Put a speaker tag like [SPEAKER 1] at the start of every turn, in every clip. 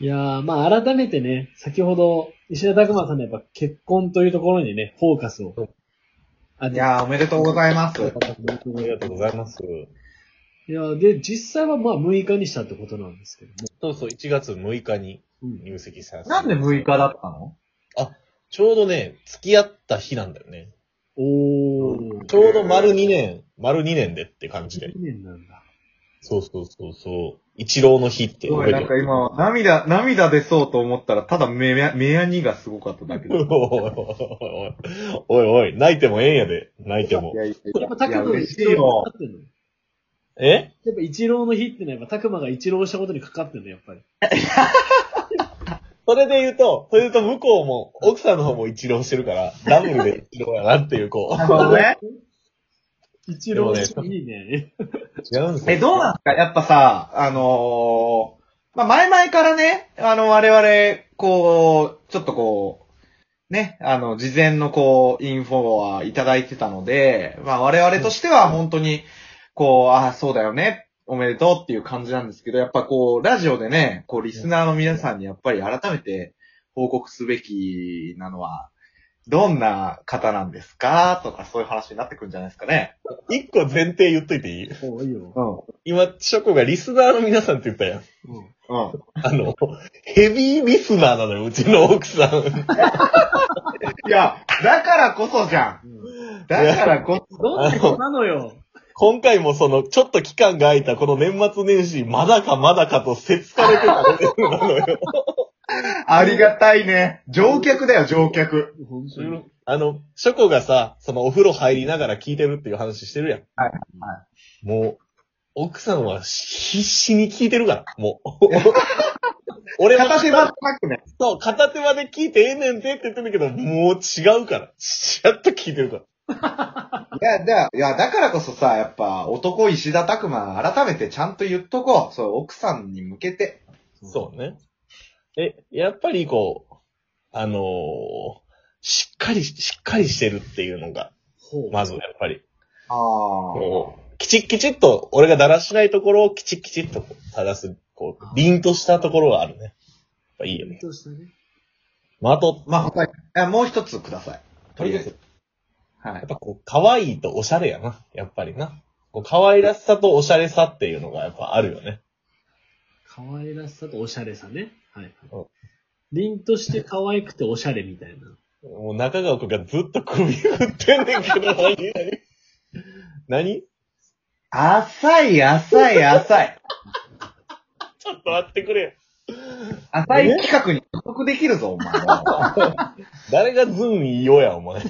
[SPEAKER 1] いやー、まあ改めてね、先ほど、石田拓馬さんのやっぱ結婚というところにね、フォーカスを。あ
[SPEAKER 2] いやー、おめでとうございます。
[SPEAKER 3] ありがとうございます。
[SPEAKER 1] いやーで、実際はまあ6日にしたってことなんですけど
[SPEAKER 3] そうそう、1月6日に
[SPEAKER 1] も。うん
[SPEAKER 3] 入籍させて
[SPEAKER 2] なんで6日だったの
[SPEAKER 3] ちょうどね、付き合った日なんだよね。
[SPEAKER 1] おー。
[SPEAKER 3] ちょうど丸2年、丸2年でって感じで。
[SPEAKER 1] 2年なんだ。
[SPEAKER 3] そうそうそうそう。一郎の日って
[SPEAKER 2] すごい、なんか今、涙、涙出そうと思ったら、ただ目や、目やにがすごかっただけ
[SPEAKER 3] お
[SPEAKER 2] だ。
[SPEAKER 3] い
[SPEAKER 2] い
[SPEAKER 3] おいおいおい、おいおい、泣いてもええんやで、泣いても。
[SPEAKER 2] や、いや
[SPEAKER 1] やっぱ、
[SPEAKER 2] い
[SPEAKER 1] 拓
[SPEAKER 2] や
[SPEAKER 1] 馬が
[SPEAKER 2] 嬉し
[SPEAKER 1] 一
[SPEAKER 2] い
[SPEAKER 1] 郎
[SPEAKER 2] よ
[SPEAKER 1] にか。かってんの
[SPEAKER 3] え
[SPEAKER 1] やっぱ一郎の日ってのはやっぱ拓馬が一郎したことにかかってんの、やっぱり。
[SPEAKER 3] それで言うと、それで言うと向こうも、奥さんの方も一郎してるから、ダブルで一郎やなっていう、 こ
[SPEAKER 2] なるほどね。
[SPEAKER 1] 一郎の日
[SPEAKER 3] でも
[SPEAKER 1] いいね。
[SPEAKER 3] う。違うんですよ。
[SPEAKER 2] え、どうなんですかやっぱさ、あのー、まあ、前々からね、あの、我々、こう、ちょっとこう、ね、あの、事前のこう、インフォはいただいてたので、まあ、我々としては本当に、こう、ああ、そうだよね、おめでとうっていう感じなんですけど、やっぱこう、ラジオでね、こう、リスナーの皆さんにやっぱり改めて報告すべきなのは、どんな方なんですかとか、そういう話になってくるんじゃないですかね。
[SPEAKER 3] 一個前提言っといていい
[SPEAKER 1] おういいよ。
[SPEAKER 2] うん。うん。
[SPEAKER 3] 今、ショコがリスナーの皆さんって言ったやん。
[SPEAKER 2] うん。
[SPEAKER 3] あの、ヘビーリスナーなのよ、うちの奥さん。
[SPEAKER 2] いや、だからこそじゃん。
[SPEAKER 1] うん
[SPEAKER 2] だからこ
[SPEAKER 1] どんなことなのよ。
[SPEAKER 3] 今回もその、ちょっと期間が空いたこの年末年始、まだかまだかとせつかれてたレベルなのよ。
[SPEAKER 2] そ、ありがたいね。乗客だよ、乗客。
[SPEAKER 1] 本当に。
[SPEAKER 3] あの、ショコがさ、そのお風呂入りながら聞いてるっていう話してるやん。
[SPEAKER 2] はい
[SPEAKER 3] はもう、奥さんは必死に聞いてるから、も う。俺も
[SPEAKER 2] 片手間なくね。
[SPEAKER 3] そう、片手まで聞いてええねんてって言ってるけど、もう違うから。ちらっと聞いてるから。
[SPEAKER 2] いや、だ、いや、だからこそさ、やっぱ、男石田拓馬、改めてちゃんと言っとこう。そう、奥さんに向けて。
[SPEAKER 3] そうね。え、やっぱりこう、あのーしっかり、しっかりしてるっていうのが、
[SPEAKER 1] ほう。
[SPEAKER 3] まずやっぱり。
[SPEAKER 2] あ
[SPEAKER 3] こうきちっきちっと、俺がだらしないところをきちっきちっとこう正す、こう、凛としたところがあるね。やっぱいいよね。
[SPEAKER 1] どうしたね。
[SPEAKER 3] まあ、あと、
[SPEAKER 2] まあ、他にいや、もう一つください。
[SPEAKER 3] とりあえず、
[SPEAKER 2] は
[SPEAKER 3] やっ
[SPEAKER 2] い。
[SPEAKER 3] ぱこう、可愛いとおしゃれやな。やっぱりな。こう、可愛らしさとおしゃれさっていうのがやっぱあるよね。
[SPEAKER 1] 可愛らしさとおしゃれさね。はい
[SPEAKER 3] うん。
[SPEAKER 1] 凛として可愛くておしゃれみたいな。
[SPEAKER 3] もう中川くんがずっと首振ってんねんけど、何何
[SPEAKER 2] 浅い、浅い、浅い。
[SPEAKER 3] ちょっと待ってくれ。
[SPEAKER 2] 浅い企画に納得できるぞ、お前は。
[SPEAKER 3] 誰がズンいようや、お 前。
[SPEAKER 2] い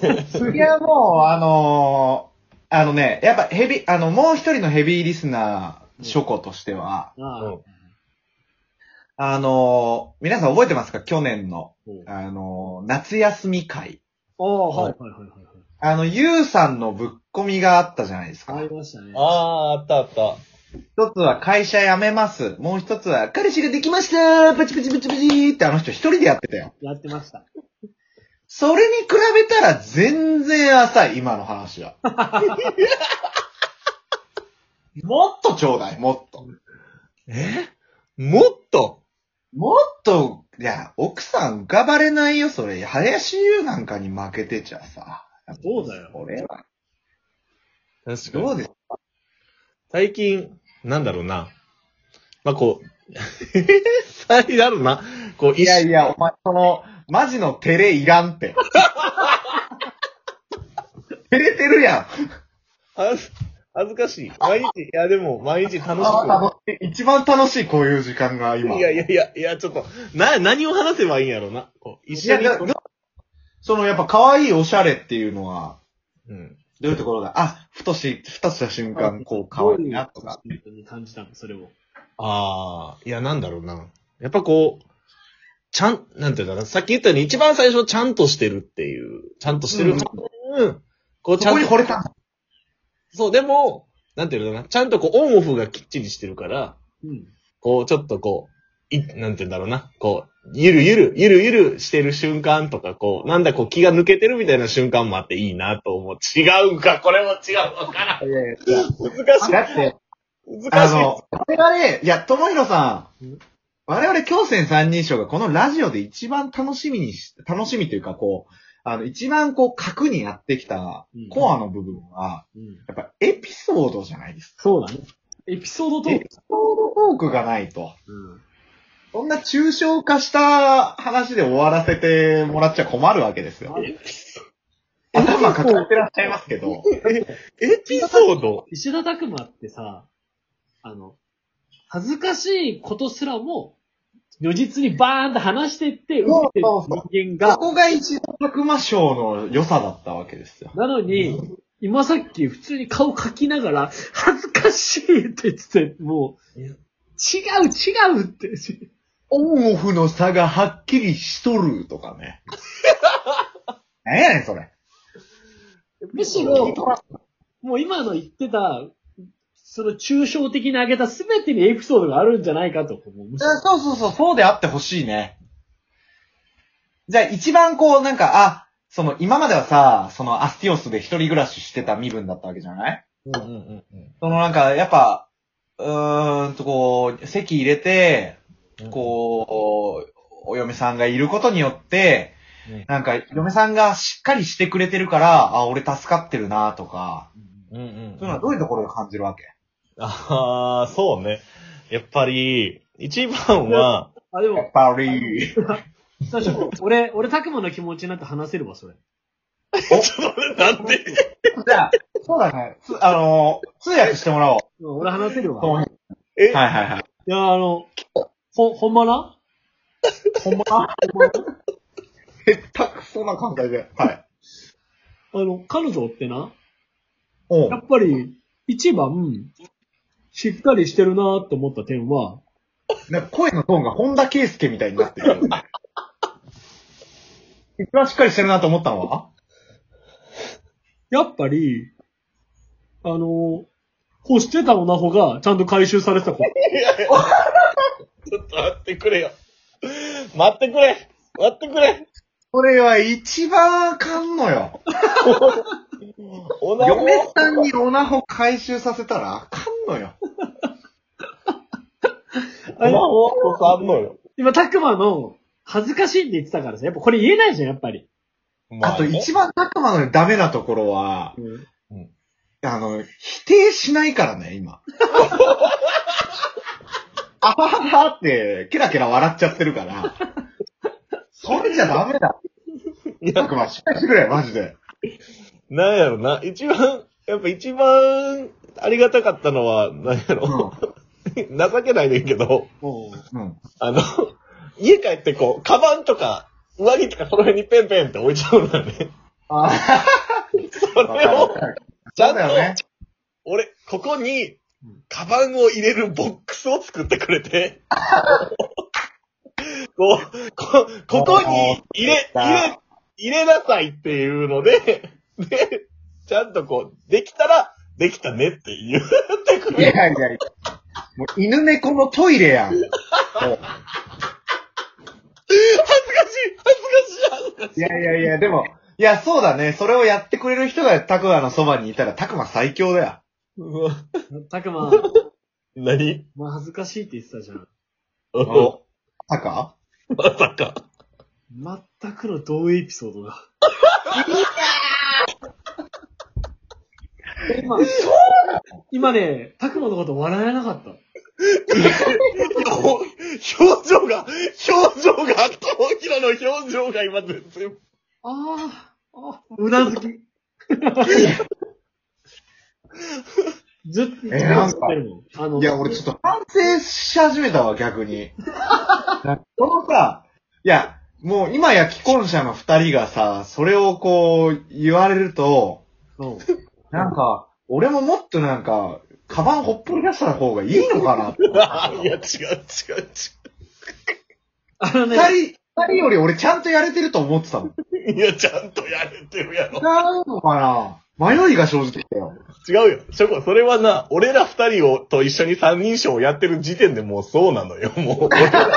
[SPEAKER 2] や、もう、あのー、あのね、やっぱヘビ、あの、もう一人のヘビーリスナー、諸子としては、
[SPEAKER 1] ああ。
[SPEAKER 3] うん
[SPEAKER 2] あのー皆さん覚えてますか去年の、
[SPEAKER 1] ほう
[SPEAKER 2] あのー夏休み会。
[SPEAKER 1] ああ、はいはいはいはい
[SPEAKER 2] あの、ゆうさんのぶっ込みがあったじゃないですか
[SPEAKER 1] はい。あ。りましたね。
[SPEAKER 3] あー、あったあった。
[SPEAKER 2] 一つは会社辞めます。もう一つは、彼氏ができましたパチパチパチパチーってあの人一人でやってたよ。
[SPEAKER 1] やってました。
[SPEAKER 2] それに比べたら全然浅い、今の話 は。もっとちょうだい、もっと。
[SPEAKER 3] えもっと
[SPEAKER 2] もっと、いや、奥さん浮かばれないよ、それ。林優なんかに負けてちゃさ。
[SPEAKER 1] そうだよ
[SPEAKER 2] 俺は
[SPEAKER 3] 確
[SPEAKER 2] どうです
[SPEAKER 3] 最近、なんだろうな。まあ、こう、 最近だろうな。こう、
[SPEAKER 2] いやいや、お前、その、マジの照れいらんって。 照れてるやん。
[SPEAKER 3] はず恥ずかしい。毎日、いやでも、毎日楽し
[SPEAKER 2] 楽しい一番楽しいこういう時間が
[SPEAKER 3] く。
[SPEAKER 2] 今。
[SPEAKER 3] いやいやいや、いや、ちょっと、な、何を話せばいいんやろうな。こう、一緒
[SPEAKER 2] い
[SPEAKER 3] に
[SPEAKER 2] や。だだその、やっぱ可愛いおしゃれっていうのは、
[SPEAKER 3] うん。
[SPEAKER 2] どういうところだあ、ふとし、ふとした瞬間、こう、可愛いなとか。
[SPEAKER 1] どういう風に感じたの、それを。
[SPEAKER 3] ああ、いや、なんだろうな。やっぱこう、ちゃん、なんていうかな、さっき言ったように一番最初ちゃんとしてるっていう、ちゃんとして
[SPEAKER 2] う
[SPEAKER 3] る。
[SPEAKER 2] ん
[SPEAKER 3] うん。こうち
[SPEAKER 2] そ
[SPEAKER 3] ゃ
[SPEAKER 2] こ
[SPEAKER 3] ん
[SPEAKER 2] に
[SPEAKER 3] と、
[SPEAKER 2] 惚れたの
[SPEAKER 3] そう、でも、なんていうのかな、ちゃんとこう、オンオフがきっちりしてるから、
[SPEAKER 1] うん。
[SPEAKER 3] こう、ちょっとこう、い、なんていうんだろうな、こう、ゆるゆる、ゆるゆるしてる瞬間とか、こう、なんだこう、気が抜けてるみたいな瞬間もあっていいなと思う。違うんか、これも違うわからん。
[SPEAKER 2] いやいやい
[SPEAKER 3] 難し
[SPEAKER 2] やだって、
[SPEAKER 3] い。難
[SPEAKER 2] あ
[SPEAKER 3] しい。
[SPEAKER 2] の、我々、いや、ともひろさ
[SPEAKER 3] うんん、
[SPEAKER 2] 我々、京戦三人称がこのラジオで一番楽しみにし、楽しみというか、こう、あの、一番こう、核になってきた
[SPEAKER 1] うん
[SPEAKER 2] コアの部分は、
[SPEAKER 1] うん。
[SPEAKER 2] やっぱエピソードじゃないですか。
[SPEAKER 1] そうだね。エピソードトーク。
[SPEAKER 2] エピソードトークがないと。
[SPEAKER 1] うん。
[SPEAKER 2] そんな抽象化した話で終わらせてもらっちゃ困るわけですよ。頭抱えてらっ しゃいますけど。
[SPEAKER 3] エピソード
[SPEAKER 1] 石田拓馬ってさ、あの、恥ずかしいことすらも、如実にバーンと話してって、受けてる
[SPEAKER 2] そうそう
[SPEAKER 1] 人間が、
[SPEAKER 2] そこが一番白馬賞の良さだったわけですよ。
[SPEAKER 1] なのに、今さっき普通に顔描きながら、恥ずかしいって言ってて、もう、
[SPEAKER 3] い
[SPEAKER 1] 違
[SPEAKER 3] や
[SPEAKER 1] う違うって。
[SPEAKER 2] オンオフの差がはっきりしとるとかね。 なんやねん、それ。
[SPEAKER 1] むしろ、もう今の言ってた、その抽象的に挙げた全てにエピソードがあるんじゃないかと。もうむしろ
[SPEAKER 2] そうそうそう、そうであってほしいね。じゃあ一番こう、なんか、あ、その今まではさ、そのアスティオスで一人暮らししてた身分だったわけじゃない
[SPEAKER 3] うんうんうん。
[SPEAKER 2] そのなんか、やっぱ、うーんとこう、席入れて、こう、お嫁さんがいることによって、
[SPEAKER 3] ね
[SPEAKER 2] なんか、嫁さんがしっかりしてくれてるから、あ、俺助かってるなとか、
[SPEAKER 3] うんうん。
[SPEAKER 2] そういうのはどういうところで感じるわけ
[SPEAKER 3] ああ、そうね。やっぱり、一番は、
[SPEAKER 1] あ、で
[SPEAKER 2] や
[SPEAKER 1] も
[SPEAKER 2] っ、ぱり、
[SPEAKER 1] 確かに俺、俺、たくまの気持ちになって話せるわ、それ。
[SPEAKER 3] ちょっと待ってなんで
[SPEAKER 2] じゃあ、そうだね、つあの、通訳してもらおう。
[SPEAKER 1] うん俺話せるわ。
[SPEAKER 2] はい
[SPEAKER 3] え
[SPEAKER 2] はいはい。
[SPEAKER 1] いや、あの、ほ、ほんまな
[SPEAKER 2] ほんまへったくそな感覚で。はい。
[SPEAKER 1] あの、彼女ってな、
[SPEAKER 2] お
[SPEAKER 1] やっぱり、一番、しっかりしてるなーって思った点は、
[SPEAKER 2] なんか声のトーンが本田圭佑みたいになってるよね。一番しっかりしてるなと思ったのは
[SPEAKER 1] やっぱり、あの、欲してたオナホがちゃんと回収されてた 子。
[SPEAKER 3] ちょっと待ってくれよ。待ってくれ待ってく れ
[SPEAKER 2] これは一番あかんのよ。
[SPEAKER 3] おなご
[SPEAKER 2] 嫁さんにオナホ回収させたらあかんのよ。
[SPEAKER 3] おなごとかあんのよ。
[SPEAKER 1] 今、たくまの、恥ずかしいって言ってたからさ、やっぱこれ言えないじゃん、やっぱり。
[SPEAKER 2] あと一番仲間のダメなところは、
[SPEAKER 1] うん、
[SPEAKER 2] あの、否定しないからね、今。 あはははって、ケラケラ笑っちゃってるから。それじゃダメだ。たくま、しっかりしてくれ、マジで。
[SPEAKER 3] なんやろな。一番、やっぱ一番ありがたかったのは、なんや
[SPEAKER 2] う
[SPEAKER 3] ろ。情けないねんけど、
[SPEAKER 1] も
[SPEAKER 2] ん。うん。
[SPEAKER 3] あの、家帰ってこう、カバンとか、上着とかその辺にペンペンって置いちゃうのよね。
[SPEAKER 2] ああ、
[SPEAKER 3] それを、ちゃ
[SPEAKER 2] そうんだ
[SPEAKER 3] と、
[SPEAKER 2] よね。
[SPEAKER 3] 俺、ここに
[SPEAKER 1] うん、
[SPEAKER 3] カバンを入れるボックスを作ってくれて、 こう、こ、ここに入れ、入れ、入れなさいっていうので、 で、ちゃんとこう、できたら、できたねって言 ってく
[SPEAKER 2] いやい
[SPEAKER 3] れ
[SPEAKER 2] やいや。もう犬猫のトイレやん。もう
[SPEAKER 3] 恥ずかしい恥ずかしい恥ずかし
[SPEAKER 2] いやいやいや、でも、いや、そうだね。それをやってくれる人がタクマのそばにいたら、タクマ最強だよ。
[SPEAKER 3] いうんわ。
[SPEAKER 1] う、たくま、
[SPEAKER 3] 何
[SPEAKER 1] まあ恥ずかしいって言ってたじゃん。
[SPEAKER 3] うん
[SPEAKER 2] タカ
[SPEAKER 3] まさか。
[SPEAKER 1] 全くの同エピソードが。 今、今ね、たくまのこと笑えなかった。
[SPEAKER 3] 表情が、表情が、トキラの表情が今全然。
[SPEAKER 1] あーあ、うな ずき。ずっと言ってるもん。あの、
[SPEAKER 2] いや、俺ちょっと反省し始めたわ、逆に。 そのさ、いや、もう今や既婚者の二人がさ、それをこう、言われると、
[SPEAKER 1] うん
[SPEAKER 2] なんか、俺ももっとなんか、カバンほっぽり出した方がいいのかなって。
[SPEAKER 3] いや、違う違う違う。
[SPEAKER 1] あのね、
[SPEAKER 2] 二人、二人より俺ちゃんとやれてると思ってたもん。
[SPEAKER 3] いや、ちゃんとやれてるやろ。
[SPEAKER 2] なのかな迷いが生じてきたよ。
[SPEAKER 3] 違うよ。ショコ、それはな、俺ら二人を、と一緒に三人称をやってる時点でもうそうなのよ。もう、俺ら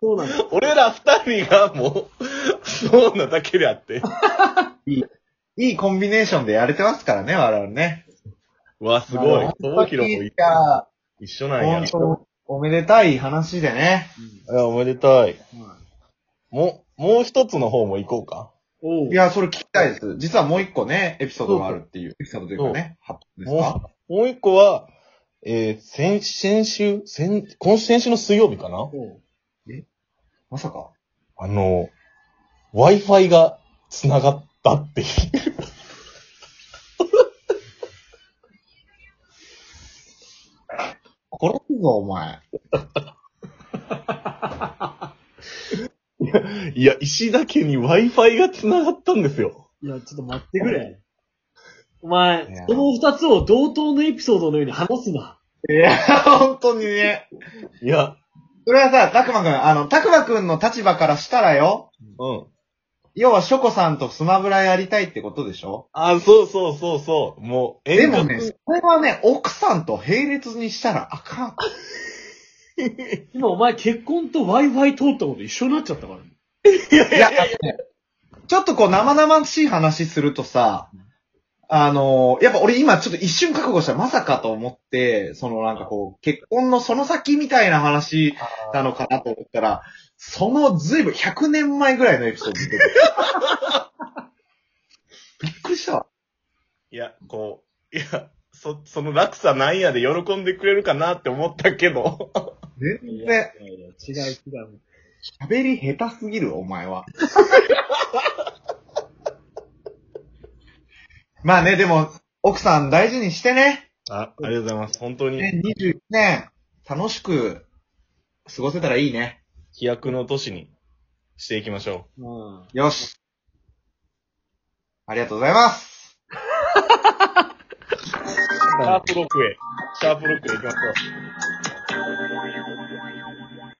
[SPEAKER 1] そうなの。
[SPEAKER 3] 俺ら二人がもう、そうなだけであって。
[SPEAKER 2] いいコンビネーションでやれてますからね、我々ね。
[SPEAKER 3] うわ、すごい。トモキロも
[SPEAKER 2] い
[SPEAKER 3] 一
[SPEAKER 2] や、
[SPEAKER 3] 緒なん
[SPEAKER 2] 本。
[SPEAKER 3] や
[SPEAKER 2] 当おめでたい話でね。
[SPEAKER 1] うん
[SPEAKER 3] いや、おめでたい。
[SPEAKER 1] は
[SPEAKER 3] もう、もう一つの方も行こうか。
[SPEAKER 1] い、おう
[SPEAKER 2] いや、それ聞きたいです。実はもう一個ね、エピソードがあるっていう、エピソードというかね、発表ですか
[SPEAKER 3] もう、もう一個は、えー、先、先週、先、今週先週の水曜日かな
[SPEAKER 1] おう
[SPEAKER 2] まさか。
[SPEAKER 3] あの、Wi-Fi が繋がったっていう。
[SPEAKER 2] 殺すぞ、お前。
[SPEAKER 3] いや、石田家に Wi-Fi が繋がったんですよ。
[SPEAKER 1] いや、ちょっと待ってくれ。お前
[SPEAKER 2] いや、
[SPEAKER 1] この二つを同等のエピソードのように話す な。
[SPEAKER 2] いや、本当にね。
[SPEAKER 3] いや、
[SPEAKER 2] それはさ、たくまくん、あの、たくまくんの立場からしたらよ、
[SPEAKER 3] うん。
[SPEAKER 2] 要はショコさんとスマブラやりたいってことでしょ
[SPEAKER 3] あ、そうそうそうそう。もう、
[SPEAKER 2] で
[SPEAKER 3] 遠
[SPEAKER 2] も
[SPEAKER 3] 隔
[SPEAKER 2] ね、それはね、奥さんと並列にしたらあかん。
[SPEAKER 1] 今お前結婚と Wi-Fi 通ったこと一緒になっちゃったからね。
[SPEAKER 2] いや、ちょっとこう生々しい話するとさ、あのーやっぱ俺今ちょっと一瞬覚悟したまさかと思って、そのなんかこう、結婚のその先みたいな話なのかなと思ったら、そのずいぶん100年前ぐらいのエピソード出てるびっくりしたわ。
[SPEAKER 3] いや、こう、いや、そ、その落差なんやで喜んでくれるかなって思ったけど。
[SPEAKER 2] 全
[SPEAKER 1] いや
[SPEAKER 2] 然、
[SPEAKER 1] いや違う違う。
[SPEAKER 2] 喋り下手すぎる、お前は。まあね、でも、奥さん大事にしてね。
[SPEAKER 3] あ、ありがとうございます。本当に、
[SPEAKER 2] 2021年、楽しく過ごせたらいいね。
[SPEAKER 3] 飛躍の年にしていきましょ
[SPEAKER 1] うん。
[SPEAKER 2] よし。ありがとうございます。
[SPEAKER 3] う。シャープロックへ、シャープロックへ行きましょう。